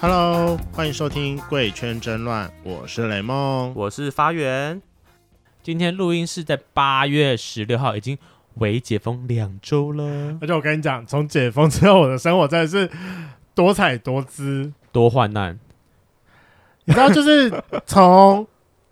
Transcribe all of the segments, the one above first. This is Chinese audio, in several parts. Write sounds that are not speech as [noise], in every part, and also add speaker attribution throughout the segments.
Speaker 1: Hello，欢迎收听《贵圈争乱》，我是雷梦。
Speaker 2: 我是发源。今天录音是在八月十六号，已经为解封两周了，
Speaker 1: 而且我跟你讲，从解封之后，我的生活真的是多彩多姿。
Speaker 2: 多患难。
Speaker 1: [laughs] 你知道，就是从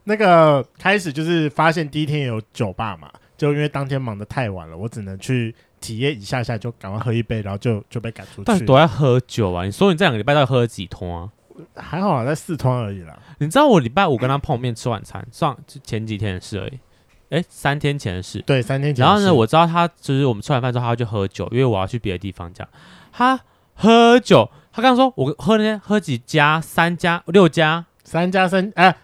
Speaker 1: 那个开始，就是发现第一天有酒吧嘛，就因为当天忙得太晚了，我只能去体验一下下，就赶快喝一杯，然后就就被赶出
Speaker 2: 到底
Speaker 1: 去。
Speaker 2: 多要喝酒啊？你说你这两个礼拜到底喝了几通啊？
Speaker 1: 还好啊，在四川而已啦。
Speaker 2: 你知道我礼拜五跟他碰面吃晚餐，上就前几天的事而已，哎，三天前的事。
Speaker 1: 对，三天前。
Speaker 2: 然后呢，我知道他就是我们吃完饭之后，他就喝酒，因为我要去别的地方这样。他喝酒，他刚说我喝那些喝几家，三家、六家。
Speaker 1: 三加三，哎，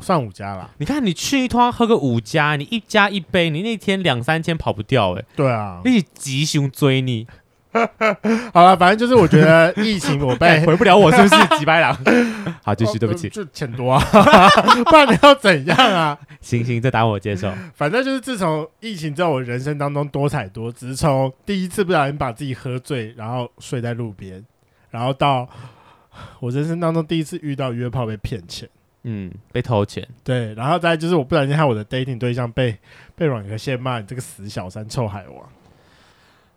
Speaker 1: 算五加啦。
Speaker 2: 你看你去一趟喝个五家，你一家一杯，你那天两三千跑不掉哎、
Speaker 1: 对啊，
Speaker 2: 一起吉凶追你， [laughs]
Speaker 1: 好了，反正就是我觉得疫情 [laughs] 我被
Speaker 2: 哎，回不了我是 [laughs] 不是？吉白狼，好，继续，对不
Speaker 1: 哦
Speaker 2: 起，
Speaker 1: 就钱多啊， [laughs] 不然你要怎样啊？ [laughs]
Speaker 2: 行行，这答案我接受。
Speaker 1: 反正就是自从疫情之后，我人生当中多彩多姿。从第一次不小心把自己喝醉，然后睡在路边，然后到 [sighs] 我人生当中第一次遇到约炮被骗钱，
Speaker 2: 嗯，被偷钱，
Speaker 1: 对，然后再就是我不小心害我的 dating 对象被被软壳蟹骂你这个死小三臭海王。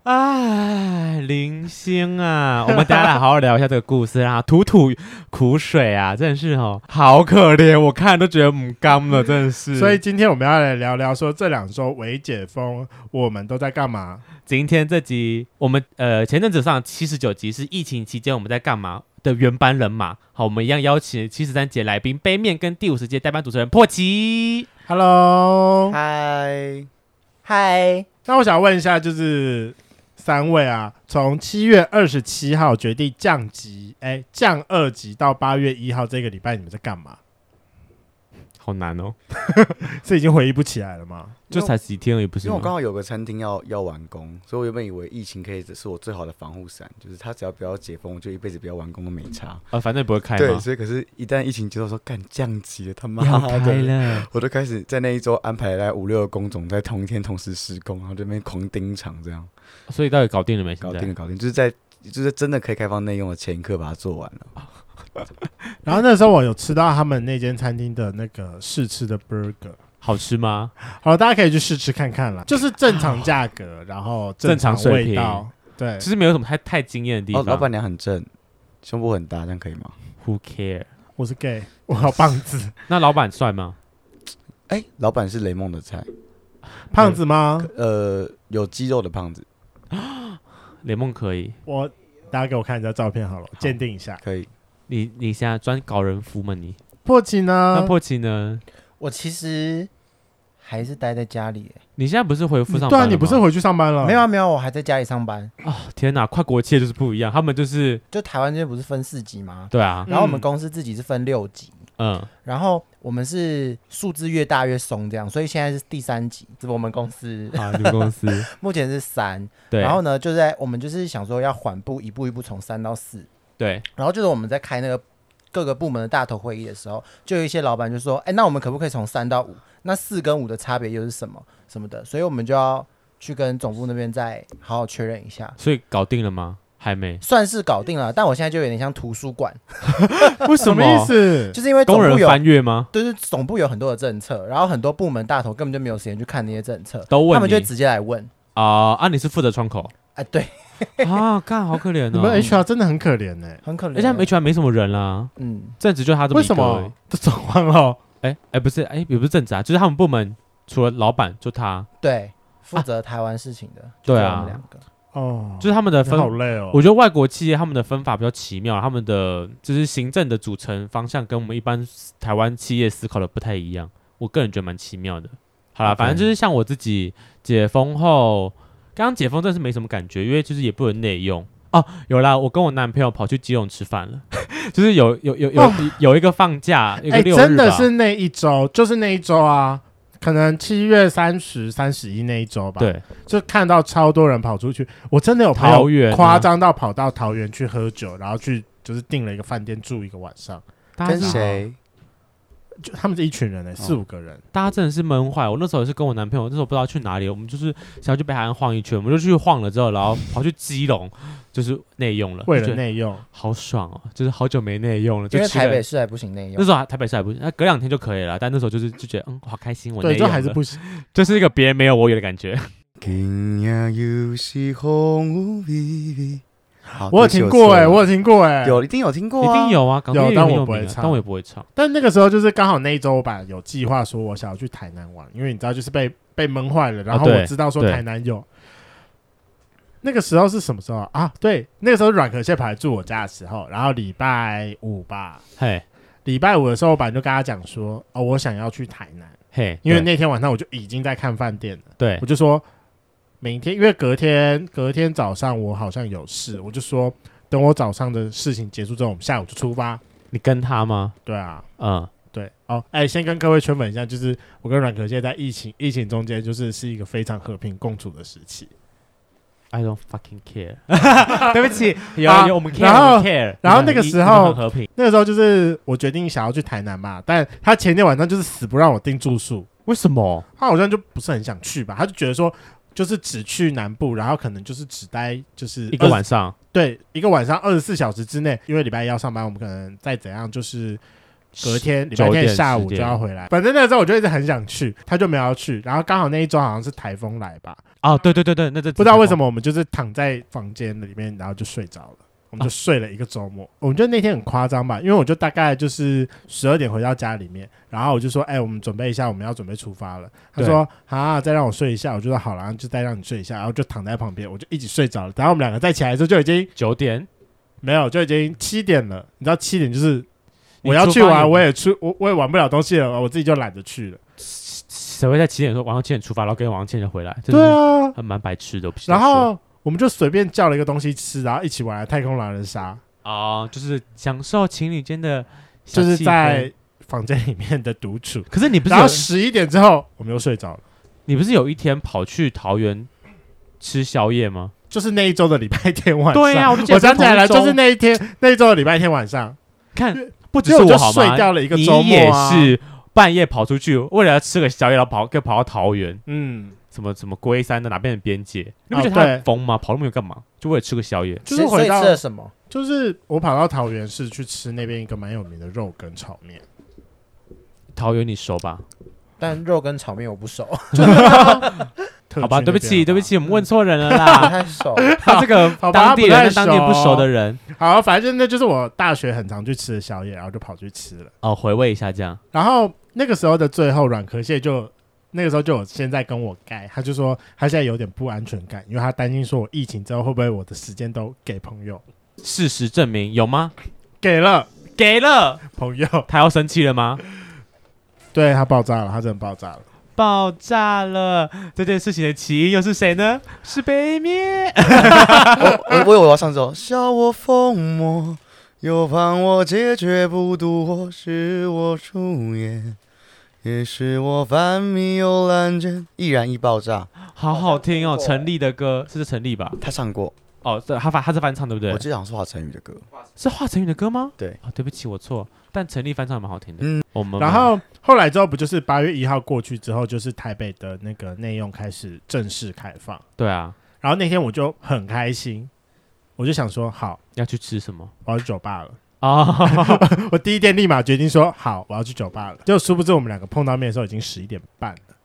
Speaker 2: 哎，林星啊， [laughs] 我们大家来好好聊一下这个故事啊，吐吐苦水啊，真的是哦，好可怜，我看都觉得母刚了，真的是。
Speaker 1: 所以今天我们要来聊聊说这两周微解封，我们都在干嘛？
Speaker 2: 今天这集我们呃前阵子上七十九集是疫情期间我们在干嘛的原班人马，好，我们一样邀请七十三节来宾杯面跟第五十届代班主持人破奇。
Speaker 1: Hello，
Speaker 3: 嗨嗨，
Speaker 1: 那我想问一下，就是三位啊，从七月二十七号决定降级，哎、降二级到八月一号这个礼拜，你们在干嘛？
Speaker 2: 好难哦，
Speaker 1: 是已经回忆不起来了吗？
Speaker 2: 就才几天而已，不是
Speaker 3: 因为
Speaker 2: 吗
Speaker 3: 我？刚好有个餐厅要要完工，所以我原本以为疫情可以是我最好的防护伞，就是它只要不要解封，我就一辈子不要完工都没差。
Speaker 2: 呃，反正也不会开
Speaker 3: 对，
Speaker 2: 嘛。
Speaker 3: 所以可是，一旦疫情结束，说干降级了，他
Speaker 2: [laughs]
Speaker 3: 妈
Speaker 2: 要开
Speaker 3: 的，
Speaker 2: 了，
Speaker 3: 我就开始在那一周安排了五六个工种在同一天同时施工，然后这边狂盯场，这样
Speaker 2: 所以到底搞定了没？
Speaker 3: 搞
Speaker 2: 现
Speaker 3: 定
Speaker 2: 在
Speaker 3: 了，搞定，就是在就是真的可以开放内用的前一刻把它做完了。
Speaker 1: 然后那时候我有吃到他们那间餐厅的那个试吃的 burger，
Speaker 2: 好吃吗？
Speaker 1: 好，大家可以去试吃看看啦，就是正常价格，然后常
Speaker 2: 正常水
Speaker 1: 味
Speaker 2: 平
Speaker 1: 道，对
Speaker 2: 其，实没有什么太太惊艳的地
Speaker 3: 哦
Speaker 2: 方。，
Speaker 3: 老板娘很正，胸部很大，这样可以吗？
Speaker 2: ，Who care？
Speaker 1: 我是 gay，我好棒子，
Speaker 2: 那老板帅吗？
Speaker 3: 哎、老板是雷梦的菜，
Speaker 1: 胖子吗？
Speaker 3: 呃，有肌肉的胖子，
Speaker 2: 雷梦可以。
Speaker 1: 我大家给我看一下照片好了，鉴定一下。
Speaker 3: 可以。
Speaker 2: 你你现在专搞人夫吗？你
Speaker 1: 破奇
Speaker 2: 那
Speaker 1: 呢？
Speaker 2: 破奇呢？
Speaker 4: 我其实还是待在家里耶、
Speaker 2: 你现在不是回复上
Speaker 1: 对
Speaker 2: 班
Speaker 1: 啊，
Speaker 2: 了吗？
Speaker 1: 你不是回去上班了？
Speaker 4: 没有啊没有啊，我还在家里上班。
Speaker 2: 啊？天哪，跨国企业就是不一样，他们就是
Speaker 4: 就台湾这边不是分四级吗？
Speaker 2: 对啊，
Speaker 4: 然后我们
Speaker 1: 嗯
Speaker 4: 公司自己是分六级，
Speaker 2: 嗯，
Speaker 4: 然后我们是数字越大越松这样，所以现在是第三级，是我们公司 [laughs]
Speaker 2: 啊，你们公司
Speaker 4: 目前是三。
Speaker 2: 对，
Speaker 4: 然后呢，就在我们就是想说要缓步一步一步从三到四，
Speaker 2: 对，
Speaker 4: 然后就是我们在开那个各个部门的大头会议的时候，就有一些老板就说：“哎，那我们可不可以从三到五？那四跟五的差别又是什么什么的？”所以我们就要去跟总部那边再好好确认一下。？
Speaker 2: 所以搞定了吗？还没
Speaker 4: 算是搞定了，但我现在就有点像图书馆，
Speaker 2: 为什
Speaker 1: 什么意？思？
Speaker 4: 就是因为总
Speaker 2: 工人
Speaker 4: 部有，
Speaker 2: 翻阅吗？
Speaker 4: 就是总部有很多的政策，然后很多部门大头根本就没有时间去看那些政策，
Speaker 2: 都问
Speaker 4: 他们就
Speaker 2: 你
Speaker 4: 直接来问，
Speaker 2: 啊啊！你是负责窗口
Speaker 4: 哎，对，
Speaker 2: 啊？干，好可怜
Speaker 1: 你们
Speaker 2: 哦！
Speaker 1: HR 真的很可怜呢。
Speaker 4: 很可怜，
Speaker 2: 而且他们 HR 没什么人啊啦，
Speaker 4: 嗯，
Speaker 2: 正职就他这么
Speaker 1: 为
Speaker 2: 一个
Speaker 1: 什
Speaker 2: 而已
Speaker 1: 么都转换了？
Speaker 2: 哎、哎、不是哎、也不是正职啊，就是他们部门除了老板就他，
Speaker 4: 对，负责台湾事情的，
Speaker 2: 对
Speaker 4: 就只有我
Speaker 2: 啊
Speaker 4: 们两个，
Speaker 1: 哦，
Speaker 2: 就是他们的
Speaker 1: 你
Speaker 2: 分。
Speaker 1: 好累哦。
Speaker 2: 我觉得外国企业他们的分法比较奇妙，他们的就是行政的组成方向跟我们一般台湾企业思考的不太一样，我个人觉得蛮奇妙的。好啦，
Speaker 3: OK
Speaker 2: 反正就是像我自己解封后，刚刚解封真的是没什么感觉，因为就是也不能内用哦。有啦，我跟我男朋友跑去基隆吃饭了， [laughs] 就是有有有有、
Speaker 1: 哦
Speaker 2: 有一个放假，有一个
Speaker 1: 哎，
Speaker 2: 六日吧。
Speaker 1: 真的是那一周，就是那一周啊，可能七月三十、三十一那一周吧。，
Speaker 2: 对
Speaker 1: 就看到超多人跑出去，我真的有朋
Speaker 2: 桃
Speaker 1: 友
Speaker 2: 园啊
Speaker 1: 夸张到跑到桃园去喝酒，然后去就是订了一个饭店住一个晚上。
Speaker 2: 大家
Speaker 3: 跟
Speaker 2: 是
Speaker 3: 谁？
Speaker 1: 就他们是一群
Speaker 2: 哦
Speaker 1: 人呢、欸四五个人，
Speaker 2: 大家真的是闷坏。我那时候也是跟我男朋友，那时候不知道去哪里，我们就是想要去北海岸晃一圈，我们就去晃了之后，然后跑去基隆，就是内用了，
Speaker 1: 为
Speaker 2: 就觉
Speaker 1: 了
Speaker 2: 得
Speaker 1: 内用，
Speaker 2: 好爽哦，就是好久没内用了，就
Speaker 4: 因为
Speaker 2: 吃
Speaker 4: 台
Speaker 2: 了
Speaker 4: 北市还不行内
Speaker 2: 那
Speaker 4: 用，
Speaker 2: 时候还台北市还不，那隔两天就可以了。但那时候就是就觉得，嗯，好开心，我
Speaker 1: 对，
Speaker 2: 内
Speaker 1: 就
Speaker 2: 用
Speaker 1: 还是
Speaker 2: 了
Speaker 1: 不行。
Speaker 2: 就是一个别人没有我有的感觉。
Speaker 3: 今夜又是红雨微微
Speaker 2: 哦
Speaker 3: 好
Speaker 1: 我有
Speaker 3: 对
Speaker 1: 听
Speaker 3: 不起
Speaker 1: 过
Speaker 3: 错
Speaker 1: 哎、
Speaker 3: 了
Speaker 1: 我有听过哎、
Speaker 3: 有一定有听过、
Speaker 2: 一定。有啊，港
Speaker 1: 有
Speaker 2: 片
Speaker 1: 但
Speaker 2: 很
Speaker 1: 我
Speaker 2: 有
Speaker 1: 不
Speaker 2: 名
Speaker 1: 会
Speaker 2: 啊
Speaker 1: 唱
Speaker 2: 但我也不会唱。
Speaker 1: 但那个时候就是刚好那一周吧，有计划说我想要去台南玩，因为你知道就是被被闷坏了，然后
Speaker 2: 啊对
Speaker 1: 我知道说
Speaker 2: 对
Speaker 1: 台南有。那个时候是什么时候啊？啊对，那个时候软壳蟹跑来住我家的时候，然后礼拜五吧，
Speaker 2: 嘿，
Speaker 1: 礼拜五的时候，我本来就跟他讲说，哦，我想要去台南，
Speaker 2: 嘿，
Speaker 1: 因为
Speaker 2: 对
Speaker 1: 那天晚上我就已经在看饭店了，
Speaker 2: 对
Speaker 1: 我就说明天，因为隔天隔天早上我好像有事，我就说等我早上的事情结束之后，我们下午就出发。
Speaker 2: 你跟他吗？
Speaker 1: 对啊，
Speaker 2: 嗯，
Speaker 1: 对，哦，哎，先跟各位圈粉一下，就是我跟阮可现在疫情疫情中间，就是是一个非常和平共处的时期。
Speaker 2: I don't fucking care 。对不起，有
Speaker 1: 啊
Speaker 2: [laughs] 有我 [laughs] 们 care，
Speaker 1: 然后
Speaker 2: 我们 care。
Speaker 1: 然后
Speaker 2: 你
Speaker 1: 那
Speaker 2: 们
Speaker 1: 个
Speaker 2: 很
Speaker 1: 时
Speaker 2: 你们
Speaker 1: 候
Speaker 2: 很和平，
Speaker 1: 那个时候就是我决定想要去台南嘛，但他前天晚上就是死不让我订住宿，
Speaker 2: 为什么？
Speaker 1: 他好像就不是很想去吧，他就觉得说。就是只去南部，然后可能就是只待就是
Speaker 2: 一个
Speaker 1: 20
Speaker 2: 晚上
Speaker 1: 对一个晚上二十四小时之内，因为礼拜一要上班，我们可能再怎样就是隔天礼拜
Speaker 2: 九
Speaker 1: 天
Speaker 2: 点
Speaker 1: 下
Speaker 2: 十
Speaker 1: 午就
Speaker 2: 点
Speaker 1: 要回来。反正那时候我就一直很想去，他就没有要去，然后刚好那一周好像是台风来吧，
Speaker 2: 哦，对对对对，那这
Speaker 1: 不知道为什
Speaker 2: 么
Speaker 1: 么我们就是躺在房间里面，然后就睡着了。我们就睡了一个周末，我们就那天很夸张吧，因为我就大概就是十二点回到家里面，然后我就说，哎、我们准备一下，我们要准备出发了。他
Speaker 2: 对
Speaker 1: 说，啊，再让我睡一下，我就说好了，然后就再让你睡一下，然后就躺在旁边，我就一起睡着了。然后我们两个再起来的时候就已经
Speaker 2: 九点
Speaker 1: 没有，就已经七点了。你知道七点就是
Speaker 2: 你
Speaker 1: 我要
Speaker 2: 出
Speaker 1: 去
Speaker 2: 发
Speaker 1: 玩，
Speaker 2: 有
Speaker 1: 我也出我我也玩不了东西了，我自己就懒得去了。
Speaker 2: 谁会在七点说晚上七点出发，然后跟晚上七点就回来？真的
Speaker 1: 对啊
Speaker 2: 是，很蛮白痴的。我必须
Speaker 1: 然
Speaker 2: 说
Speaker 1: 后我们就随便叫了一个东西吃，然后一起玩了太空狼人杀，
Speaker 2: 哦，就是享受情侣间的小
Speaker 1: 就
Speaker 2: 气氛，
Speaker 1: 是在房间里面的独处。
Speaker 2: 可是你不是
Speaker 1: 然后
Speaker 2: 有
Speaker 1: 十一点之后，我们又睡着了。
Speaker 2: 你不是有一天跑去桃园吃宵夜吗？
Speaker 1: 就是那一周的礼拜天晚上，
Speaker 2: 对啊我
Speaker 1: 我
Speaker 2: 就记得
Speaker 1: 想起来
Speaker 2: [laughs]
Speaker 1: 了，
Speaker 2: 同一周
Speaker 1: 就是那一天那一周的礼拜天晚上，
Speaker 2: 看，不只
Speaker 1: 因
Speaker 2: 是
Speaker 1: 为我就
Speaker 2: 好吗？
Speaker 1: 睡掉了一个周末
Speaker 2: 你也
Speaker 1: 啊
Speaker 2: 是半夜跑出去，为了要吃个宵夜，然后跑，又跑到桃园，
Speaker 1: 嗯，
Speaker 2: 什么什么龟山的哪边的边界，你不
Speaker 1: 哦
Speaker 2: 觉得他
Speaker 1: 对
Speaker 2: 很疯吗？跑那么远干嘛？就为了吃个宵夜。
Speaker 1: 就是
Speaker 4: 所以
Speaker 1: 回
Speaker 4: 所以
Speaker 1: 到
Speaker 4: 吃了什么？
Speaker 1: 就是我跑到桃园市去吃那边一个蛮有名的肉羹炒面，
Speaker 2: 桃园你熟吧？
Speaker 4: 但肉跟炒面我
Speaker 2: [laughs]
Speaker 4: 不熟，
Speaker 1: 特
Speaker 2: 好吧，
Speaker 1: 区那
Speaker 2: 对不
Speaker 1: 边
Speaker 2: 起，
Speaker 1: 的
Speaker 2: 对
Speaker 1: 话
Speaker 2: 不起，我们问错人了
Speaker 4: 不
Speaker 2: 啦。
Speaker 4: 太熟。
Speaker 2: [laughs] 他这个
Speaker 1: [laughs] 好吧
Speaker 2: 当地
Speaker 1: 不太
Speaker 2: 人跟当地不
Speaker 1: 熟
Speaker 2: 熟的人，
Speaker 1: 好，反正那就是我大学很常去吃的宵夜，然后就跑去吃了。
Speaker 2: 哦，回味一下这样。
Speaker 1: 然后那个时候的最后，软壳蟹就那个时候就有现在跟我盖，他就说他现在有点不安全感，因为他担心说我疫情之后会不会我的时间都给朋友，
Speaker 2: 事实证明有吗？
Speaker 1: [laughs] 给了
Speaker 2: 给了，
Speaker 1: 朋友，
Speaker 2: 他要生气了吗？
Speaker 1: 对他爆炸了，他真的爆炸了。
Speaker 2: 爆炸了！这件事情的起因又是谁呢？是北面。 [laughs]
Speaker 3: 哦我我我有我要上周，笑我疯魔，又盼我解决不渡我，是我出演，也是我翻迷又烂卷，易燃易爆炸，
Speaker 2: 好好听哦，
Speaker 4: 好像听过
Speaker 2: 陈粒的歌是陈粒吧？
Speaker 3: 他唱过，
Speaker 2: 哦，对，他翻他是翻唱对不对
Speaker 3: 我？记得好像是华晨宇的歌，
Speaker 2: 是华晨宇的歌吗？
Speaker 3: 对
Speaker 2: 哦，对不起，我错。但陈粒翻唱也蛮好听的。
Speaker 3: 嗯
Speaker 2: 我们
Speaker 1: 然后后来之后不就是八月一号过去之后，就是台北的那个内用开始正式开放，
Speaker 2: 对啊，
Speaker 1: 然后那天我就很开心，我就想说好，
Speaker 2: 要去吃什么 [laughs]
Speaker 1: 我要去酒吧了。
Speaker 2: 哦，
Speaker 1: 我第一天立马决定说好，我要去酒吧了。就殊不知我们两个碰到面的时候已经十一点半了，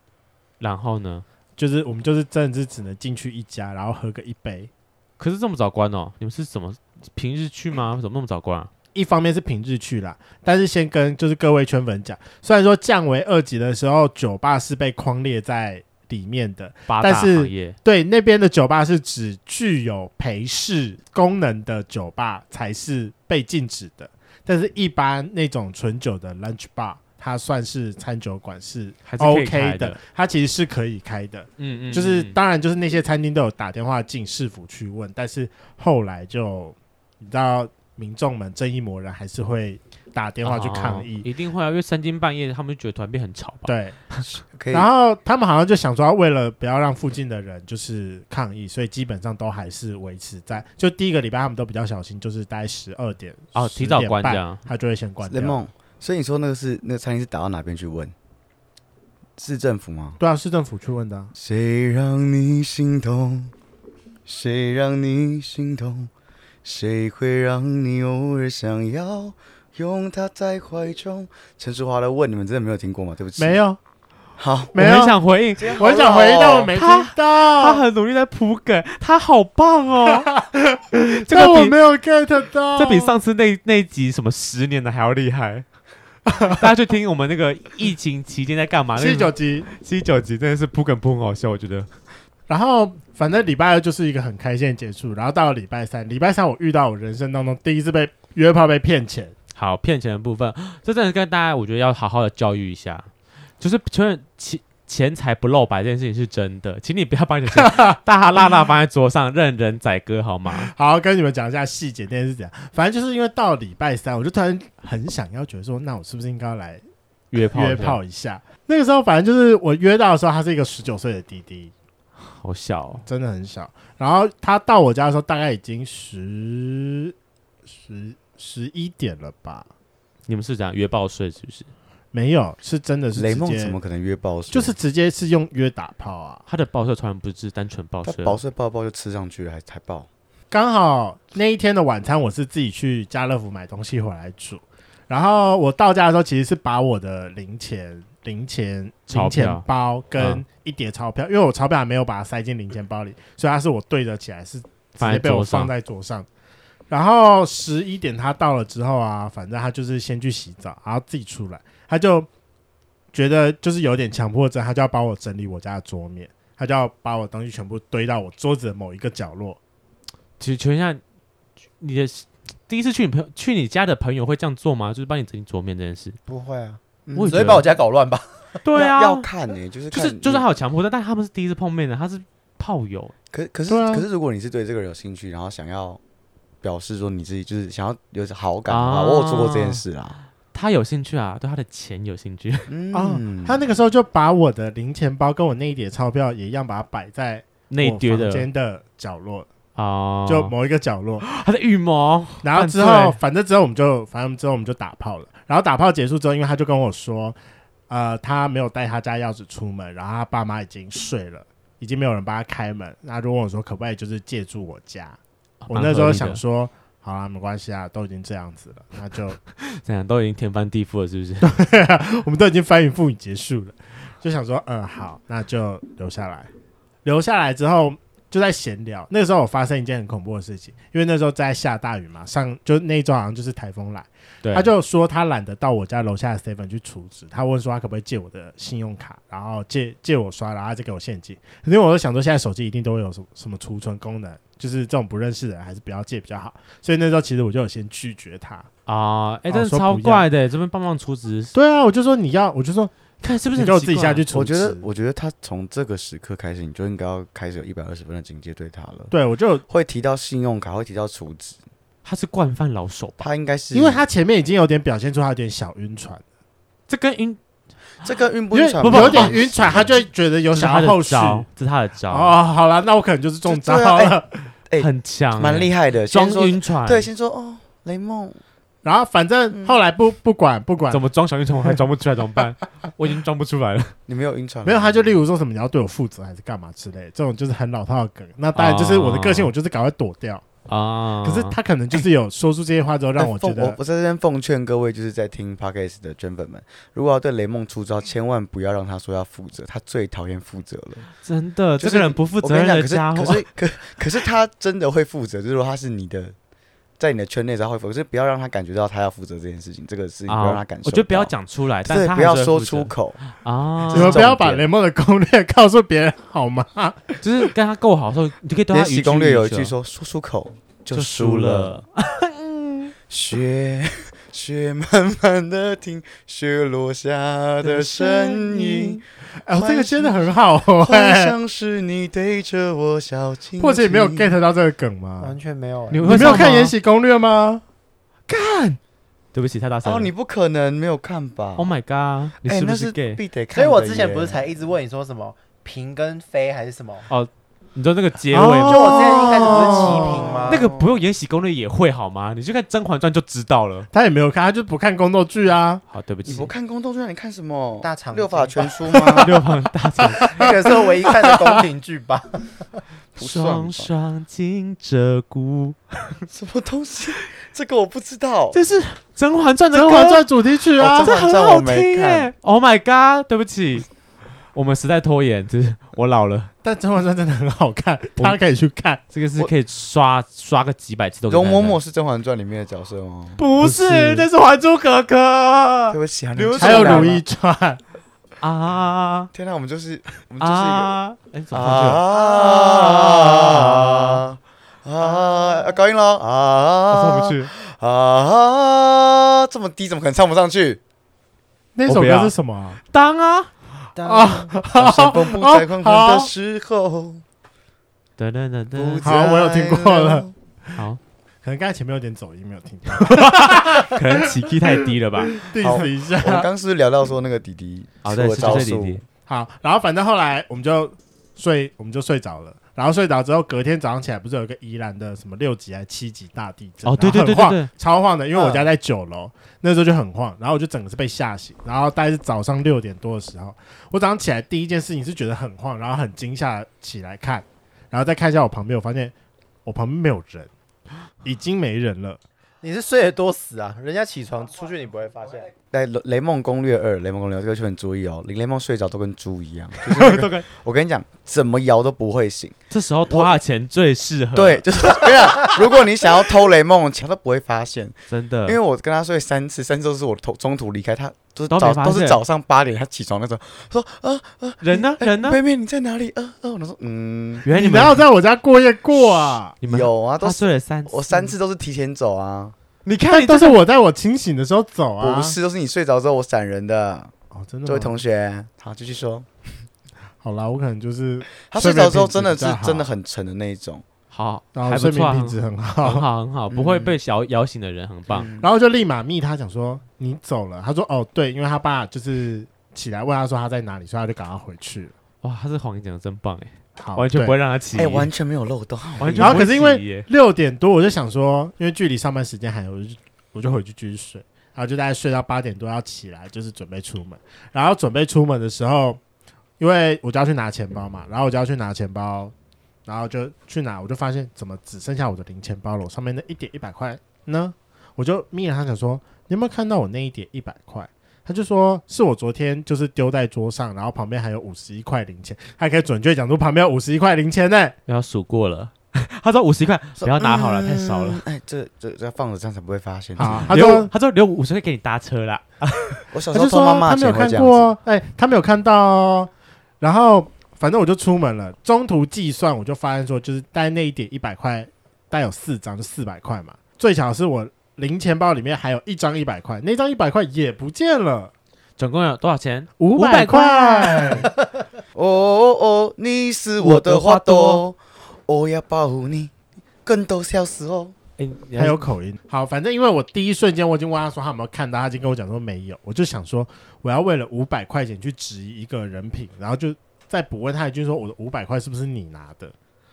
Speaker 2: 然后呢？
Speaker 1: 就是我们就是真的是只能进去一家，然后喝个一杯。
Speaker 2: 可是这么早关哦，你们是怎么平日
Speaker 1: [laughs]
Speaker 2: 去吗？怎么那么早关啊？
Speaker 1: 一方面是平日去啦，但是先跟就是各位圈粉讲，虽然说降为二级的时候，酒吧是被框列在里面的，
Speaker 2: 八
Speaker 1: 但
Speaker 2: 大
Speaker 1: 是
Speaker 2: 行业
Speaker 1: 对那边的酒吧是指具有陪侍功能的酒吧才是被禁止的，但是一般那种纯酒的 lunch bar，它算是餐酒馆是
Speaker 2: 还是可以开
Speaker 1: OK
Speaker 2: 的。
Speaker 1: 它其实是可以开的。
Speaker 2: 嗯嗯，
Speaker 1: 就是
Speaker 2: 嗯
Speaker 1: 当然就是那些餐厅都有打电话进市府去问，但是后来就你知道民众们正义魔人还是会打电话去抗
Speaker 2: 哦
Speaker 1: 议。
Speaker 2: 一定会啊，因为三更半夜他们就觉得团变很吵吧？
Speaker 1: 对，
Speaker 3: 可以
Speaker 1: 然后他们好像就想说，为了不要让附近的人就是抗议，所以基本上都还是维持在就第一个礼拜他们都比较小心，就是待十二点
Speaker 2: 哦，提早关这，样。
Speaker 1: 他就会先关
Speaker 3: 雷
Speaker 1: 掉。
Speaker 3: 梦，所以你说那个是那个餐厅是打到哪边去问？市政府吗？
Speaker 1: 对啊，市政府去问的啊、
Speaker 3: 谁让你心动？谁让你心动？谁会让你偶尔想要拥他在怀中？陈淑华的《问》，你们真的没有听过吗？对不起，
Speaker 1: 没。有，
Speaker 3: 好，
Speaker 1: 没
Speaker 2: 我很
Speaker 1: 有，
Speaker 2: 想回应，
Speaker 1: 我很想回应，但我没听
Speaker 2: 他他
Speaker 1: 到，
Speaker 2: 很努力在铺梗，他好
Speaker 1: [laughs]
Speaker 2: 棒哦。这
Speaker 1: 但我
Speaker 2: 个比
Speaker 1: 没有 get 到，
Speaker 2: 这比上次那那集什么十年的还要厉害。大家去听我们那个疫情期间在干嘛？
Speaker 1: 七十九集。
Speaker 2: 七九集真的是铺梗铺很好笑，我觉得。
Speaker 1: 然后反正礼拜二就是一个很开心的结束，然后到了礼拜三，礼拜三我遇到我人生当中第一次被约炮被骗钱，
Speaker 2: 好，骗钱的部分，这真的是跟大家我觉得要好好的教育一下，就是钱钱钱财不露白这件事情是真的，请你不要把
Speaker 1: [laughs]
Speaker 2: 你的钱大哈拉拉放在桌上，任人宰割
Speaker 1: [laughs]
Speaker 2: 好吗？
Speaker 1: 好，跟你们讲一下细节，那天是怎样。反正就是因为到礼拜三，我就突然很想要觉得说，那我是不是应该要来
Speaker 2: 约炮
Speaker 1: 约炮，一下？那个时候，反正就是我约到的时候，他是一个十九岁的弟弟，
Speaker 2: 好笑、哦，
Speaker 1: 真的很小。然后他到我家的时候，大概已经十十十一点了吧？
Speaker 2: 你们是讲约报税是不是？
Speaker 1: 没有，是真的是
Speaker 3: 雷
Speaker 1: 直
Speaker 3: 梦
Speaker 1: 接
Speaker 3: 怎么可能约报税？
Speaker 1: 就是直接是用约打炮啊？
Speaker 2: 他的报税传然不是单纯报
Speaker 3: 他
Speaker 2: 税，
Speaker 3: 报税报报就吃上去了，还还报。
Speaker 1: 刚好那一天的晚餐我是自己去家乐福买东西回来煮，然后我到家的时候其实是把我的零钱、零钱、
Speaker 2: 钞
Speaker 1: 零
Speaker 2: 票
Speaker 1: 钱包跟
Speaker 2: 嗯
Speaker 1: 一叠钞票，因为我钞票还没有把它塞进零钱包里，所以它是我对着起来是直
Speaker 2: 放
Speaker 1: 接
Speaker 2: 在
Speaker 1: 被我
Speaker 2: 桌上
Speaker 1: 放在桌上。然后十一点他到了之后啊，反正他就是先去洗澡，然后自己出来，他就觉得就是有点强迫症，他就要帮我整理我家的桌面，他就要把我东西全部堆到我桌子的某一个角落。
Speaker 2: 其实请问一下，你的第一次去你朋友去你家的朋友会这样做吗？就是帮你整理桌面这件事？
Speaker 4: 不会啊，
Speaker 3: 嗯
Speaker 2: 我也
Speaker 4: 只
Speaker 2: 觉
Speaker 4: 会把我
Speaker 2: 得，
Speaker 4: 家搞乱吧？
Speaker 2: 对啊，
Speaker 3: 要要看呢，就是
Speaker 2: 就
Speaker 3: 看
Speaker 2: 是
Speaker 3: 你
Speaker 2: 就是他有强迫症，但他们是第一次碰面的，他是炮友，
Speaker 3: 可可是
Speaker 1: 对啊
Speaker 3: 可是如果你是对这个人有兴趣，然后想要表示说你自己就是想要有好感的话，
Speaker 2: 啊
Speaker 3: 我有做过这件事啦。
Speaker 2: 他有兴趣啊，对他的钱有兴趣，
Speaker 1: 哦
Speaker 3: 嗯，
Speaker 1: 他那个时候就把我的零钱包跟我那一叠钞票也一样，把它摆在
Speaker 2: 内
Speaker 1: 我
Speaker 2: 丢
Speaker 1: 房
Speaker 2: 的
Speaker 1: 间的角落，
Speaker 2: 哦，
Speaker 1: 就某一个角落。
Speaker 2: 他的预谋，
Speaker 1: 然后之
Speaker 2: 犯
Speaker 1: 后，
Speaker 2: 罪
Speaker 1: 反正之后我们就，反正之后我们就打炮了。然后打炮结束之后，因为他就跟我说，呃，他没有带他家钥匙出门，然后他爸妈已经睡了，已经没有人帮他开门。那就问我说，可不可以就是借住我家？我
Speaker 2: 蛮
Speaker 1: 那时
Speaker 2: 合
Speaker 1: 候
Speaker 2: 理
Speaker 1: 想
Speaker 2: 的
Speaker 1: 说，好啦，没关系啊，都已经这样子了，那就
Speaker 2: 怎样都已经天翻地覆了，是不是？
Speaker 1: 我们都已经翻云覆雨结束了，就想说，嗯，好，那就留下来。留下来之后就在闲聊。那个时候我发生一件很恐怖的事情，因为那时候在下大雨嘛，上就那一周好像就是台风来，
Speaker 2: 对，
Speaker 1: 他就说他懒得到我家楼下的 seven 去储值，他问说他可不可以借我的信用卡，然后借借我刷，然后他再给我现金。因为我就想说现在手机一定都会有什么什么储存功能，就是这种不认识的人还是不要借比较好。所以那时候其实我就有先拒绝他。
Speaker 2: 啊，哎，
Speaker 1: 哦
Speaker 2: 真的
Speaker 1: 说
Speaker 2: 超
Speaker 1: 不一样
Speaker 2: 怪的，这边棒棒出职，
Speaker 1: 对啊，我就说你要，我就说
Speaker 2: 看是不
Speaker 1: 你
Speaker 2: 是
Speaker 1: 给
Speaker 2: 很
Speaker 1: 我
Speaker 2: 奇
Speaker 1: 自己
Speaker 2: 怪
Speaker 1: 下去储值。
Speaker 3: 我觉得我觉得他从这个时刻开始，你就应该要开始有一百二十分的警戒对他了。
Speaker 1: 对，我就
Speaker 3: 会提到信用卡，会提到储值，
Speaker 2: 他是惯犯老手吧？
Speaker 3: 他应该是
Speaker 1: 因为他前面已经有点表现出他有点小晕船，
Speaker 2: 这跟晕
Speaker 3: 这个运不
Speaker 1: 因为
Speaker 3: 运转
Speaker 1: 有点晕船，他就会觉得有
Speaker 2: 这是
Speaker 1: 想
Speaker 2: 他
Speaker 1: 要后
Speaker 2: 的
Speaker 1: 续。
Speaker 2: 招，这是他的招，
Speaker 1: 哦，好了，那我可能就是中招
Speaker 3: 对啊哎
Speaker 1: 了。
Speaker 3: 哎
Speaker 2: 很强，
Speaker 3: [laughs] 蛮厉
Speaker 2: 害，
Speaker 3: 害的。
Speaker 2: 装
Speaker 3: 先说
Speaker 2: 晕船，
Speaker 3: 对，，先说哦，雷梦，
Speaker 1: [laughs] 然后反正后来不不管不管
Speaker 2: 怎，么装小晕船我还装不出来，怎么办？我已经装不出来了。
Speaker 3: 你没有晕船吗，
Speaker 1: 没有他就例如说什么你要对我负责还是干嘛之类，这种就是很老套的梗。那当然就是我的个性，
Speaker 2: 哦
Speaker 1: 我就是赶快躲掉。
Speaker 2: 啊
Speaker 1: 可是他可能就是有说出这些话之后，让
Speaker 3: 但
Speaker 1: 我
Speaker 3: 奉
Speaker 1: 觉得
Speaker 3: 我在这边奉劝各位，就是在听 podcast 的圈粉们，如果要对雷梦出招，千万不要让他说要负责，他最讨厌负责了。
Speaker 2: 真的，
Speaker 3: 就
Speaker 2: 这
Speaker 3: 是
Speaker 2: 个人不负
Speaker 3: 我
Speaker 2: 责
Speaker 3: 跟你
Speaker 2: 任
Speaker 3: 讲，
Speaker 2: 的
Speaker 3: 可是
Speaker 2: 家伙，
Speaker 3: 可是可可是他真的会负责，就是说他是你的，在你的圈内才会负责，可是不要让他感觉到他要负责这件事情，这个事情不要让他感受。
Speaker 2: 啊哦我觉得不要，讲出来，但
Speaker 3: 对，
Speaker 2: 他还是
Speaker 3: 不要
Speaker 2: 会
Speaker 3: 说
Speaker 2: 负责
Speaker 3: 出口。
Speaker 2: 啊
Speaker 1: 你，们不要
Speaker 3: 重点
Speaker 1: 把雷蒙的攻略告诉别人好吗？
Speaker 2: 就是跟他够好的时候，你就可以对啊
Speaker 3: 《
Speaker 2: 他
Speaker 3: 延
Speaker 2: 予取
Speaker 3: 禧攻略》有一
Speaker 2: 予
Speaker 3: 句
Speaker 2: 求
Speaker 3: 说：“说出口就
Speaker 2: 就输
Speaker 3: 输了。”，雪雪慢慢的停，雪落下的
Speaker 2: [laughs]
Speaker 3: 声音，
Speaker 1: 哎，这个真的很好哦。
Speaker 3: 幻
Speaker 1: 哎
Speaker 3: 想是你对着我笑轻轻。
Speaker 1: 或者你没有 get 到这个梗吗？
Speaker 4: 完全没有、欸。
Speaker 2: 你
Speaker 1: 你
Speaker 2: 会
Speaker 1: 没有
Speaker 2: 上
Speaker 1: 看《
Speaker 2: 吗
Speaker 1: 延？禧攻略》吗？
Speaker 2: 对不起，太大声了。
Speaker 3: 哦，你不可能没有看吧
Speaker 2: Oh my god，你
Speaker 3: 哎
Speaker 2: 是不
Speaker 3: 那
Speaker 2: 是 gay？
Speaker 3: 必得看的
Speaker 4: 所
Speaker 3: 耶。
Speaker 4: 以我之前不是才一直问你说什么平跟飞还是什么？
Speaker 2: 哦，你知道那个结尾吗？
Speaker 4: 就
Speaker 3: 哦
Speaker 4: 我之前一开始不是齐平吗？
Speaker 2: 哦那个不用《延禧攻略》也会好吗？你去看《甄嬛传》就知道了。
Speaker 1: 他也没有看，他就不看宫斗剧啊。
Speaker 2: 好，对不
Speaker 3: 你
Speaker 2: 起
Speaker 3: 不，看宫斗剧，那你看什么？
Speaker 4: 大长
Speaker 3: 六法
Speaker 4: 今
Speaker 3: 全书吗？
Speaker 2: 六方大战
Speaker 4: 那个是我唯一看的宫廷剧 [laughs] 吧。
Speaker 3: [laughs] 不算吧
Speaker 2: 双双紧着骨，
Speaker 3: 什么东西？ [laughs] 这个我不知道。
Speaker 2: 这是《甄嬛传》
Speaker 1: 《
Speaker 2: 的
Speaker 1: 甄
Speaker 2: 歌，
Speaker 1: 嬛传》主题曲啊
Speaker 3: 哦，
Speaker 2: 这很
Speaker 3: 这
Speaker 2: 好
Speaker 3: 我没
Speaker 2: 听
Speaker 3: 看
Speaker 2: 哎！Oh my god，对不起，我们时代拖延，这是我老了，
Speaker 1: 但《甄嬛传》真的很好看，
Speaker 2: 我
Speaker 1: 大家可以去看。
Speaker 2: 这个是可以刷刷个几百次都可以
Speaker 3: 容
Speaker 2: 看
Speaker 3: 嬷
Speaker 2: 得
Speaker 3: 嬷
Speaker 2: 到。
Speaker 3: 是《甄嬛传》里面的角色吗？
Speaker 2: 不
Speaker 1: 不
Speaker 2: 是，
Speaker 1: 是
Speaker 2: 这是《还珠格格
Speaker 3: 对》不起啊，
Speaker 1: 刘
Speaker 3: 你
Speaker 1: 还有
Speaker 3: 们
Speaker 1: 《如懿传》，
Speaker 2: 啊
Speaker 3: 天哪，我们就是我们就是一个
Speaker 2: 啊！哎，怎么唱
Speaker 3: 啊啊啊！高音喽
Speaker 2: 我
Speaker 3: 啊！
Speaker 2: 上不
Speaker 1: 呃
Speaker 2: 去。
Speaker 3: 啊，这么低怎么可能唱不上去？
Speaker 1: 那
Speaker 2: 我
Speaker 1: 首
Speaker 2: 不
Speaker 1: 歌
Speaker 2: 要
Speaker 1: 是什么啊？
Speaker 2: 当啊！
Speaker 4: 啊，
Speaker 3: 当山风不再狂狂的时候，
Speaker 2: 等等等
Speaker 3: 不
Speaker 2: 等，
Speaker 1: 好我有听过了。
Speaker 2: 好，
Speaker 1: 可能刚才前面有点走音，没有听到。
Speaker 2: 可能起 key 太低了
Speaker 3: [laughs]
Speaker 2: 吧？
Speaker 1: diss 一 [laughs]
Speaker 3: 我们
Speaker 1: 下。
Speaker 3: 刚是不是聊到说那个弟弟
Speaker 2: 好，
Speaker 3: 是
Speaker 2: 啊对，
Speaker 3: 我
Speaker 2: 是就
Speaker 3: 招
Speaker 2: 是弟
Speaker 3: 数，
Speaker 2: 弟。
Speaker 1: 好，然后反正后来我们就睡，我们就睡着了。然后睡着之后，隔天早上起来，不是有一个宜兰的什么六级还七级大地震？
Speaker 2: 哦，对对
Speaker 1: 然后
Speaker 2: 对
Speaker 1: 很晃
Speaker 2: 对对，
Speaker 1: 超晃的，因为我
Speaker 3: 嗯
Speaker 1: 家在九楼，那时候就很晃，然后我就整个是被吓醒，然后大概是早上六点多的时候，我早上起来第一件事情是觉得很晃，然后很惊吓起来看，然后再看一下我旁边，我发现我旁边没有人，已经没人了，
Speaker 4: 你是睡得多死啊！人家起床出去你不会发现，
Speaker 3: 在《雷雷梦攻略二》《雷梦攻略二》这个就很注意哦，林雷梦睡着都跟猪一样。
Speaker 2: [laughs]
Speaker 1: 都跟
Speaker 3: 我跟你讲，怎么摇都不会醒。
Speaker 2: 这时候拖他的钱最适合。
Speaker 3: [laughs] 对，，就是跟你讲，如果你想要偷雷梦，他都不会发现，
Speaker 2: 真的，
Speaker 3: 因为我跟他睡三次，三次都是我头中途离开，他都是
Speaker 2: 都没
Speaker 3: 早
Speaker 2: 发
Speaker 3: 都是
Speaker 2: 现
Speaker 3: 早上八点他起床那时候说啊
Speaker 2: 人呢？人呢？
Speaker 3: 妹妹你在哪里？呃呃，我说嗯，
Speaker 2: 原来
Speaker 1: 你
Speaker 2: 哎你
Speaker 1: 没
Speaker 2: 们
Speaker 1: 有在我家过夜过啊？
Speaker 2: 你们
Speaker 3: 有啊，都
Speaker 2: 他
Speaker 3: 是
Speaker 2: 睡了三，
Speaker 3: 我三。次都是提前走啊，
Speaker 2: 你看
Speaker 1: 但
Speaker 2: 你
Speaker 1: 都
Speaker 2: 这
Speaker 1: 是我在我清醒的时候走啊，
Speaker 3: 不是都是你睡着之后我闪人的。
Speaker 1: 哦，真
Speaker 3: 这
Speaker 1: 的
Speaker 3: 位
Speaker 1: 吗
Speaker 3: 同学，好，继续说。
Speaker 1: 好啦，我可能就是
Speaker 3: 他睡着之后
Speaker 1: 睡
Speaker 3: 真
Speaker 1: 眠
Speaker 3: 的
Speaker 1: 品质比
Speaker 3: 是
Speaker 1: 较好
Speaker 3: 真的很沉的那一种，
Speaker 2: 好，
Speaker 1: 然后
Speaker 2: 还不
Speaker 1: 睡
Speaker 2: 错啊，
Speaker 1: 眠
Speaker 2: 很
Speaker 1: 品质很
Speaker 2: 好，很
Speaker 1: 好， [laughs]
Speaker 2: 好，很好，不会
Speaker 3: 嗯
Speaker 2: 被摇摇醒的人，很棒。
Speaker 3: 嗯
Speaker 1: 然后就立马密他讲说你走了，他说哦对，因为他爸就是起来问他说他在哪里，所以他就赶快回去了。
Speaker 2: 哇，他是黄讲的真棒哎，
Speaker 1: 好，
Speaker 2: 完全
Speaker 1: 对
Speaker 2: 不会让他起疑，
Speaker 3: 哎，完全没有漏洞。
Speaker 2: 完全
Speaker 1: 然后
Speaker 2: 不会
Speaker 1: 可是因为
Speaker 2: 起疑耶
Speaker 1: 六点多，我就想说，因为距离上班时间还有，我就我就回去继续睡，然后就大概睡到八点多要起来，就是准备出门。然后准备出门的时候，因为我就要去拿钱包嘛，然后我就要去拿钱包，然后就去拿，我就发现怎么只剩下我的零钱包了，我上面那一点一百块呢？我就眯着他想说，你有没有看到我那一点一百块？他就说是我昨天就是丢在桌上，然后旁边还有五十一块零钱，还可以准确讲出旁边有五十一块零钱呢、
Speaker 2: 不要数过了。 [laughs] 他说五十块，不要拿好了，太少了。
Speaker 3: 嗯。哎，这这这放着这样才不会发现。嗯
Speaker 1: 好，他说
Speaker 2: 留他说留五十块给你搭车啦。
Speaker 3: 我小
Speaker 1: 他
Speaker 3: 时候
Speaker 1: 就
Speaker 3: 偷
Speaker 1: 说
Speaker 3: 妈妈
Speaker 1: 他
Speaker 3: 的
Speaker 1: 没有
Speaker 3: 钱会
Speaker 1: 看
Speaker 3: 这样
Speaker 1: 过
Speaker 3: 子。
Speaker 1: 哦，哎、他没有看到哦。然后反正我就出门了，中途计算我就发现说，就是带那一点一百块，带有四张就四百块嘛。最巧是我零钱包里面还有一张一百块，那张一百块也不见了，
Speaker 2: 总共有多少钱？
Speaker 1: 五
Speaker 2: 500
Speaker 1: 块。
Speaker 3: 哦哦哦，你是我的花朵，我要保护你，更多笑死哦。
Speaker 2: 哎，你
Speaker 1: 还有口音。好，反正因为我第一瞬间我已经问他说他有没有看到，他已经跟我讲说没有，我就想说我要为了五百块钱去质疑一个人品，然后就再补问他一句说我的五百块是不是你拿的？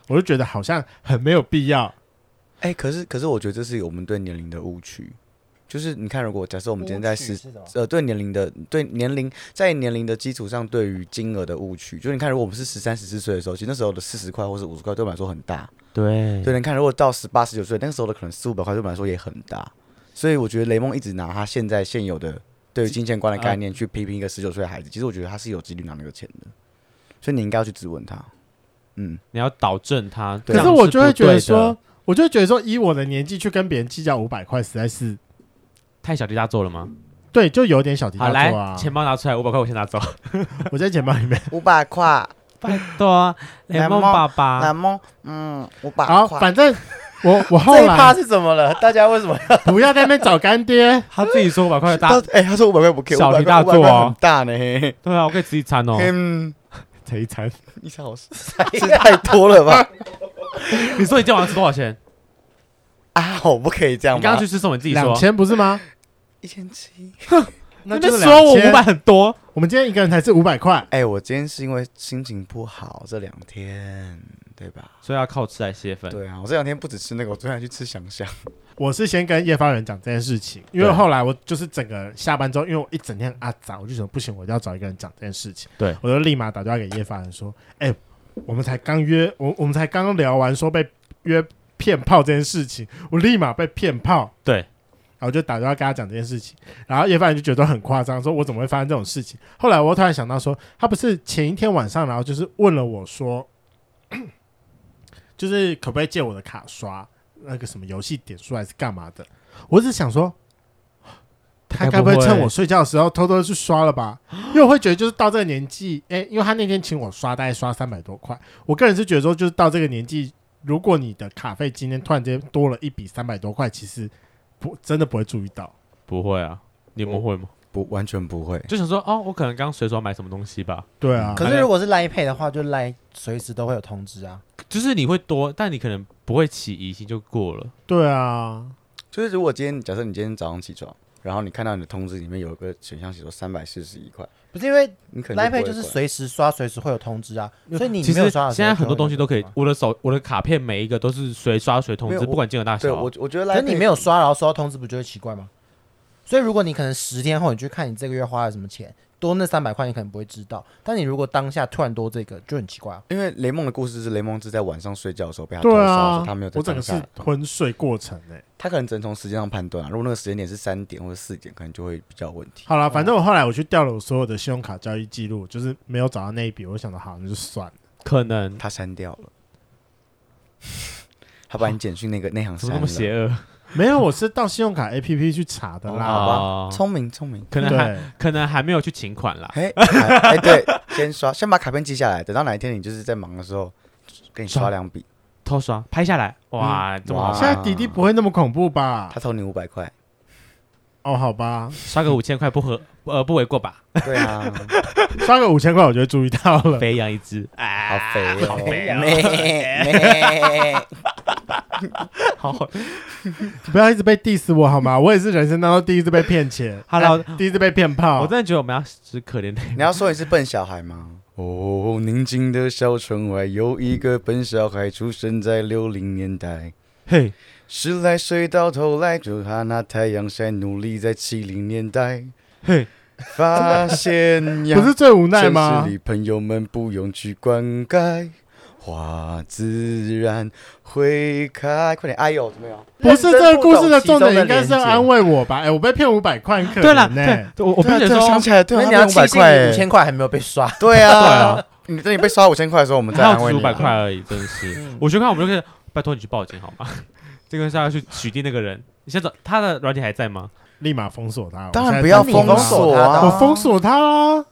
Speaker 1: 我就觉得好像很没有必要。
Speaker 3: 哎，可是可是，我觉得这是我们对年龄的误区。就是你看，如果假设我
Speaker 4: 我
Speaker 3: 们今天在十呃，对年龄的对年龄在年龄的基础上，对于金额的误区，就是你看，如果我们是十三、十四岁的时候，其实那时候的四十块或是五十块对我们来说很大。
Speaker 2: 对
Speaker 3: 对，你看，如果到十八、十九岁，那时候的可能四五百块对我们来说也很大。所以我觉得雷蒙一直拿他现在现有的对于金钱观的概
Speaker 2: 嗯
Speaker 3: 念去批评一个十九岁的孩子，其实我觉得他是有几率拿那个钱的。所以你应该要去质问他。嗯，
Speaker 2: 你要导正他。
Speaker 1: 可
Speaker 3: 对
Speaker 2: 这
Speaker 1: 是
Speaker 2: 样
Speaker 1: 我
Speaker 2: 不
Speaker 1: 就会觉得
Speaker 2: 对的
Speaker 1: 说，我就会觉得说，以我的年纪去跟别人计较五百块，实在是
Speaker 2: 太小题大做了吗？
Speaker 1: 对，就有点小题
Speaker 2: 好，
Speaker 1: 大
Speaker 2: 来
Speaker 1: 做啊。
Speaker 2: 钱包拿出来，五百块我先拿走。
Speaker 1: 我在钱包里面，
Speaker 3: 五百块，
Speaker 2: [laughs] 拜托，雷
Speaker 3: 雷
Speaker 2: 蒙
Speaker 3: 蒙
Speaker 2: 爸爸，
Speaker 3: 蒙，嗯，五百 [laughs]
Speaker 1: 然后反正我我后
Speaker 4: 这一
Speaker 1: 来
Speaker 4: 趴是怎么了？大家为什么要？
Speaker 1: 不要在那边找干爹，
Speaker 2: 他自己说五百块
Speaker 3: 他
Speaker 2: 搭。
Speaker 3: 哎、他说五百块不给，
Speaker 2: 小题
Speaker 3: 500
Speaker 2: 大
Speaker 3: 块500
Speaker 2: 做
Speaker 3: 块
Speaker 2: 啊
Speaker 3: 很大呢。
Speaker 2: 对啊，我可以吃一餐哦，
Speaker 3: 嗯，
Speaker 2: 吃一餐。
Speaker 3: 一餐好吃，吃太多了吧？ [laughs]
Speaker 2: 你说你今天晚上吃多少钱？
Speaker 3: 啊，我不可以这样
Speaker 2: 你刚
Speaker 3: 吧
Speaker 2: 刚去？吃什么？你自己
Speaker 1: 两
Speaker 2: 说。
Speaker 1: 千不是吗？
Speaker 3: 一千七，
Speaker 1: 那
Speaker 2: 边
Speaker 1: 就是
Speaker 2: 说我
Speaker 1: 2000
Speaker 2: 五百，很多，
Speaker 1: 我们今天一个人才是五百块，
Speaker 3: 哎、我今天是因为心情不好这两天，对吧？
Speaker 2: 所以要靠吃来泄愤。
Speaker 3: 对啊，我这两天不只吃那个，我昨天还去吃翔翔。
Speaker 1: 我是先跟叶方人讲这件事情，因为
Speaker 2: 对
Speaker 1: 后来我就是整个下班之后，因为我一整天啊杂，我就想不行，我一定要找一个人讲这件事情。
Speaker 2: 对
Speaker 1: 我就立马打电话给叶方人说：“哎、我们才刚约，我我们才刚聊完说被约骗炮这件事情，我立马被骗炮。”
Speaker 2: 对，
Speaker 1: 然后我就打电话跟他讲这件事情，然后叶凡就觉得很夸张，说我怎么会发生这种事情？后来我又突然想到说，他不是前一天晚上，然后就是问了我说， [clears throat] 就是可不可以借我的卡刷那个什么游戏点数还是干嘛的？我只想说，他该
Speaker 2: 该不
Speaker 1: 不
Speaker 2: 会
Speaker 1: 会趁我睡觉的时候偷偷去刷了吧？因为我会觉得就是到这个年纪，哎，因为他那天请我刷，大概刷三百多块，我个人是觉得说，就是到这个年纪，如果你的卡费今天突然间多了一笔三百多块，其实不真的不会注意到。
Speaker 2: 不会啊，你们会吗？
Speaker 3: 不，完全不会。
Speaker 2: 就想说哦，我可能刚随手买什么东西吧，
Speaker 1: 对啊，
Speaker 4: 可是如果是 Line Pay 的话，就 Line 随时都会有通知啊。
Speaker 2: 就是你会多，但你可能不会起疑心就过了。
Speaker 1: 对啊，
Speaker 3: 就是如果今天，假设你今天早上起床，然后你看到你的通知里面有一个选项写说三百四十一块，
Speaker 4: 不是因为
Speaker 3: 你可能
Speaker 4: Line
Speaker 3: 不会
Speaker 4: Pay 就是
Speaker 3: 管
Speaker 4: 随时刷，随时会有通知啊。所以你
Speaker 2: 其
Speaker 4: 没有
Speaker 2: 实
Speaker 4: 刷的时候
Speaker 2: 现
Speaker 4: 啊
Speaker 2: 在很多东西都可以
Speaker 4: 就会有通知嘛，
Speaker 2: 我的手我的卡片每一个都是随刷随通
Speaker 3: 没有
Speaker 2: 知，
Speaker 3: 我
Speaker 2: 不管金额大
Speaker 3: 对
Speaker 2: 小啊。
Speaker 3: 我，我觉得
Speaker 4: 可
Speaker 3: Line
Speaker 4: 是
Speaker 3: Pay
Speaker 4: 你没有刷，然后收到通知，不就会奇怪吗？所以如果你可能十天后你去看你这个月花了什么钱，多那三百块你可能不会知道，但你如果当下突然多这个就很奇怪啊。
Speaker 3: 因为雷蒙的故事是雷蒙是在晚上睡觉的时候被他偷
Speaker 1: 对
Speaker 3: 烧的时候，
Speaker 1: 啊，
Speaker 3: 他没有在
Speaker 1: 我整个
Speaker 3: 当
Speaker 1: 是
Speaker 3: 下。
Speaker 1: 昏睡过程哎、
Speaker 3: 他可能只能从时间上判断啊。如果那个时间点是三点或者四点，可能就会比较有问题。
Speaker 1: 好了，反正我后来我去调了我所有的信用卡交易记录，就是没有找到那一笔，我想的好那就算了。
Speaker 2: 可能
Speaker 3: 他删掉了， [laughs] 他把你简讯那个那行
Speaker 2: 怎
Speaker 3: 删
Speaker 2: 么那
Speaker 3: 了。
Speaker 2: 么邪恶？
Speaker 1: 没有，我是到信用卡 APP 去查的啦。
Speaker 3: 好吧
Speaker 2: 哦
Speaker 3: 聪明聪明。
Speaker 2: 可能还
Speaker 1: 对，
Speaker 2: 可能还没有去请款啦，
Speaker 3: 哎哎哎对，先刷，先把卡片记下来，等到哪一天你就是在忙的时候，给你刷
Speaker 2: 刷
Speaker 3: 两笔。
Speaker 2: 偷刷拍下来，哇，这么好
Speaker 3: 嗯哇
Speaker 1: 现
Speaker 2: 看，
Speaker 1: 在滴滴不会那么恐怖吧
Speaker 3: 他？偷你五百块。
Speaker 1: 哦，好吧，
Speaker 2: 刷个五千块不合呃不为过吧？
Speaker 3: 对啊，
Speaker 1: 刷个五千块，我就会注意到
Speaker 2: [laughs]
Speaker 1: 了。
Speaker 2: 肥羊一只，哎，
Speaker 3: [laughs] 好肥哦，好
Speaker 2: 肥哦好好，
Speaker 1: 不要一直被 diss 我好吗？我也是人生当中第一次被骗钱
Speaker 2: Hello
Speaker 1: 哎第一次被骗炮。
Speaker 2: 我真的觉得我们要只可怜的
Speaker 3: [laughs] 你要说你是笨小孩吗？哦，宁静的小村外有一个笨小孩，出生在六零年代。
Speaker 2: 嘿，
Speaker 3: 十来岁到头来，就他那太阳晒，努力在七零年代
Speaker 2: 嘿，
Speaker 3: 发现呀，
Speaker 1: 不是最无奈
Speaker 3: 城
Speaker 1: 吗
Speaker 3: 市？里朋友们不用去灌溉，花自然会开。快点，哎呦，怎么样？
Speaker 1: 不是这个故事的重点，应该
Speaker 4: 认
Speaker 1: 是
Speaker 4: 真
Speaker 1: 要
Speaker 4: 不懂其中的连结
Speaker 1: 安慰我吧？哎，我被骗五百块，很可
Speaker 2: 对了，
Speaker 1: 怜欸
Speaker 2: 对
Speaker 1: 呢。，
Speaker 2: 我我不
Speaker 3: 对啊
Speaker 2: 是
Speaker 3: 对啊
Speaker 2: 说
Speaker 3: 想起来，对啊，
Speaker 4: 那
Speaker 3: 他
Speaker 4: 你要
Speaker 3: 五百
Speaker 4: 庆幸
Speaker 3: 块
Speaker 4: 你五
Speaker 3: 欸，
Speaker 4: 千块还没有被刷，
Speaker 3: 对
Speaker 2: 对
Speaker 3: 啊
Speaker 2: 啊，
Speaker 3: 你等你被刷五千块的时候，我们再
Speaker 2: 他
Speaker 3: 安
Speaker 2: 只
Speaker 3: 慰
Speaker 2: 五
Speaker 3: 你
Speaker 2: 百
Speaker 3: 啊。
Speaker 2: 块而已，真的
Speaker 3: 嗯
Speaker 2: 是。 [laughs] 我去看我们就可以，拜托你去报警好吗？ [laughs] 这个是要去取缔那个人。你先找他的软体还在吗？
Speaker 1: 立马封锁他。
Speaker 3: 当
Speaker 1: 我现
Speaker 3: 然
Speaker 1: 在
Speaker 3: 不要
Speaker 1: 在
Speaker 4: 封
Speaker 1: 他
Speaker 3: 锁
Speaker 4: 锁
Speaker 3: 啊！
Speaker 4: 他
Speaker 1: 我封锁他啊啦。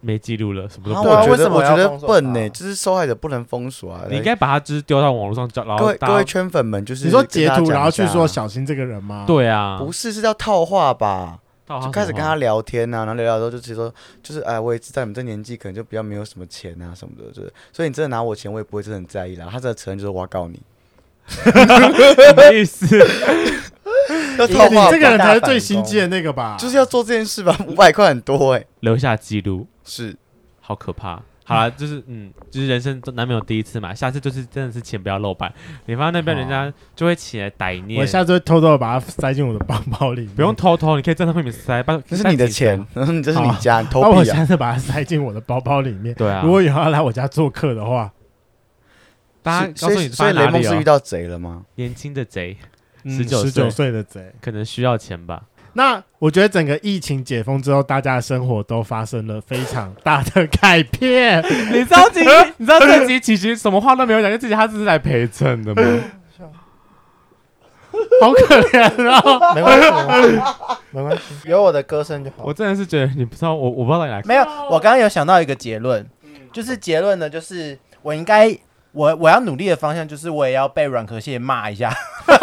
Speaker 2: 没记录了，什么
Speaker 3: 然
Speaker 2: 都
Speaker 3: 后
Speaker 2: 不
Speaker 3: 我
Speaker 4: 对啊
Speaker 2: 知道。
Speaker 3: 觉
Speaker 4: 为
Speaker 3: 得
Speaker 4: 什
Speaker 3: 我
Speaker 4: 么
Speaker 3: 觉
Speaker 4: 要
Speaker 3: 得
Speaker 4: 封锁
Speaker 3: 笨
Speaker 4: 他
Speaker 3: 呢，就是受害者不能封锁啊。
Speaker 2: 你应该把他就是丢到网络上，叫然
Speaker 3: 各
Speaker 2: 后
Speaker 3: 位
Speaker 2: 大
Speaker 3: 各位
Speaker 2: 家
Speaker 3: 圈粉们，就是
Speaker 1: 你说截
Speaker 3: 跟大家
Speaker 1: 图，
Speaker 3: 讲
Speaker 1: 然后去
Speaker 3: 一下
Speaker 1: 说小心这个人吗？，
Speaker 2: 对啊，
Speaker 3: 不是是叫套话吧？
Speaker 2: 到他
Speaker 3: 就开始跟
Speaker 2: 哦什么啊
Speaker 3: 他聊天呐、啊然后聊聊之后就其实说，就是哎，我也知道你们这年纪可能就比较没有什么钱啊什么的，就是所以你真的拿我钱，我也不会真的很在意啦。他真的承认就是我要
Speaker 2: [laughs]
Speaker 3: 告你，
Speaker 2: 什么意思？
Speaker 3: [laughs] 要
Speaker 4: 你
Speaker 3: 套
Speaker 1: 你
Speaker 3: 话吧
Speaker 1: 这个人才是
Speaker 4: 大反
Speaker 1: 最心
Speaker 4: 攻
Speaker 1: 机的那个吧？
Speaker 3: 就是要做这件事吧，五百块很多哎、
Speaker 2: 留下记录，
Speaker 3: 是
Speaker 2: 好可怕。好啦，就是嗯，就是人生都难免有第一次嘛，下次就是真的是钱不要露白。你放在那边，人家就会起来歹
Speaker 1: 我
Speaker 2: 念。
Speaker 1: 下次会偷偷地把它塞进我的包包里面，
Speaker 2: 不用偷偷，你可以在他面前塞，把
Speaker 3: 这是你的钱。，嗯， [laughs] 这是你家，你
Speaker 1: 那
Speaker 3: 偷
Speaker 1: 我
Speaker 3: 币啊！
Speaker 1: 下次把它塞进我的包包里面。
Speaker 2: 对啊，
Speaker 1: 如果以后要来我家做客的话，
Speaker 2: 大家告
Speaker 3: 所
Speaker 2: 诉
Speaker 3: 以
Speaker 2: 你放
Speaker 3: 所以雷
Speaker 2: 在哪
Speaker 3: 蒙
Speaker 2: 里
Speaker 3: 是遇
Speaker 2: 哦，
Speaker 3: 到贼了吗？
Speaker 2: 年轻的贼19
Speaker 1: 嗯
Speaker 3: 嗯
Speaker 1: 十九岁的贼。
Speaker 2: 可能需要钱吧。
Speaker 1: 那我觉得整个疫情解封之后，大家的生活都发生了非常大的改变。
Speaker 2: 你知道自己，你知道自己其实什么话都没有讲，就自己他只是来陪衬的吗？
Speaker 1: 好可怜哦！
Speaker 3: [laughs]
Speaker 4: 没关系，没关系，有我的歌声就好
Speaker 2: 我。真的是觉得你不知道，我我不知道你来，
Speaker 4: 没有，我刚刚有想到一个结论，就是结论呢，就是我应该，我我要努力的方向就是我也要被软壳蟹骂一下，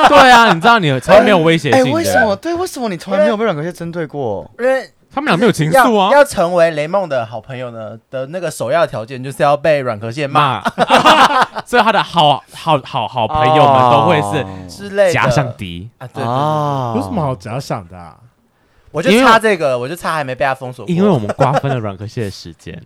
Speaker 2: 对啊，你知道你超没有威胁
Speaker 3: 哎、
Speaker 2: 性
Speaker 3: 为什么？
Speaker 2: 的，
Speaker 3: 对，为什么你从来没有被软壳蟹针对过？
Speaker 4: 因为
Speaker 2: 他们俩没有情
Speaker 4: 要
Speaker 2: 愫啊，
Speaker 4: 要成为雷梦的好朋友呢的那个首要条件就是要被软壳蟹骂
Speaker 2: 骂，所以他的好好好好朋友们都会是
Speaker 3: 是
Speaker 4: 之类的。
Speaker 2: 假想敌，
Speaker 4: 啊，对对对
Speaker 3: 啊，
Speaker 1: 有什么好只要想的、啊？
Speaker 4: 我就
Speaker 2: 因为
Speaker 4: 差这个，我就差还没被他封锁过。
Speaker 2: 因为我们瓜分了软科系的时间。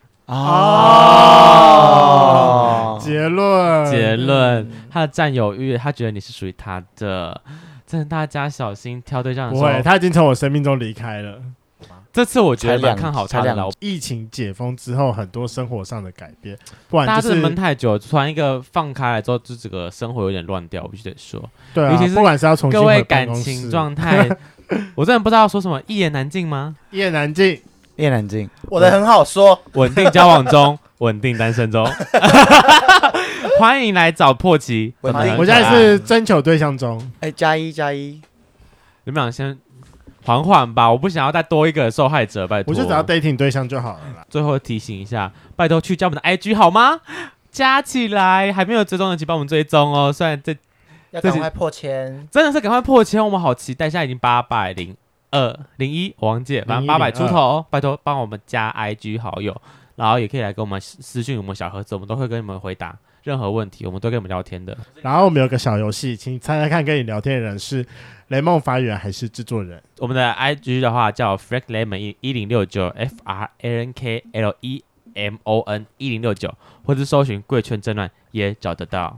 Speaker 3: 啊
Speaker 1: 哦
Speaker 2: 啊
Speaker 1: 结论
Speaker 2: 结论，他的占有欲，他觉得你是属于他的。真的，大家小心挑对象的
Speaker 1: 不
Speaker 2: 时
Speaker 1: 会，
Speaker 2: 候。
Speaker 1: 他已经从我生命中离开了。
Speaker 2: 这次我觉得
Speaker 3: 才两
Speaker 2: 蛮看好
Speaker 3: 才
Speaker 2: 他的
Speaker 3: 两
Speaker 2: 啦，我
Speaker 1: 疫情解封之后，很多生活上的改变，不然
Speaker 2: 大家
Speaker 1: 就
Speaker 2: 真的闷
Speaker 1: 是
Speaker 2: 太久，突然一个放开来之后，就这个生活有点乱掉，我必须得说。
Speaker 1: 对啊
Speaker 2: 尤其，是
Speaker 1: 不管是要重新
Speaker 2: 各位
Speaker 1: 回办
Speaker 2: 感
Speaker 1: 公
Speaker 2: 情
Speaker 1: 室，
Speaker 2: 状态， [laughs] 我真的不知道说什么，一言难尽吗？
Speaker 1: 一言难尽。
Speaker 3: 夜难静，
Speaker 4: 我的很好说，
Speaker 2: 稳定交往中，稳定单身中， [laughs] 欢迎来找破奇。
Speaker 3: 稳定
Speaker 2: 怎么了
Speaker 1: 我现在是征求对象中，
Speaker 3: 哎，加一加一，
Speaker 2: 你们俩先缓缓吧，我不想要再多一个受害者，拜托。
Speaker 1: 我就只要 dating 对象就好了啦。
Speaker 2: 最后提醒一下，拜托去加我们的 IG 好吗？加起来，还没有追踪的请帮我们追踪哦。虽然这
Speaker 4: 要
Speaker 2: 这
Speaker 4: 赶
Speaker 2: 是
Speaker 4: 快破千。
Speaker 2: 真的是赶快破千，我们好期待，现在已经八百零二零一，我忘记了，反正八百
Speaker 1: 01
Speaker 2: 出头哦，拜托帮我们加 IG 好友，然后也可以来跟我们私私讯我们小盒子，我们都会跟你们回答任何问题，我们都跟你们聊天的。
Speaker 1: 然后我们有个小游戏，请猜猜看，跟你聊天的人是雷梦发源还是制作人？
Speaker 2: 我们的 IG 的话叫 Frank Lemon 一一零六九 F R A N K L E M O N 一零六九，或是搜寻“贵圈争乱”也找得到。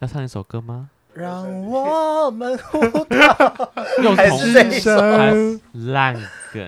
Speaker 2: 要唱一首歌吗？
Speaker 4: 让我们互
Speaker 2: 又
Speaker 4: 还
Speaker 2: 同
Speaker 4: 是这一
Speaker 1: 生。
Speaker 2: 烂梗。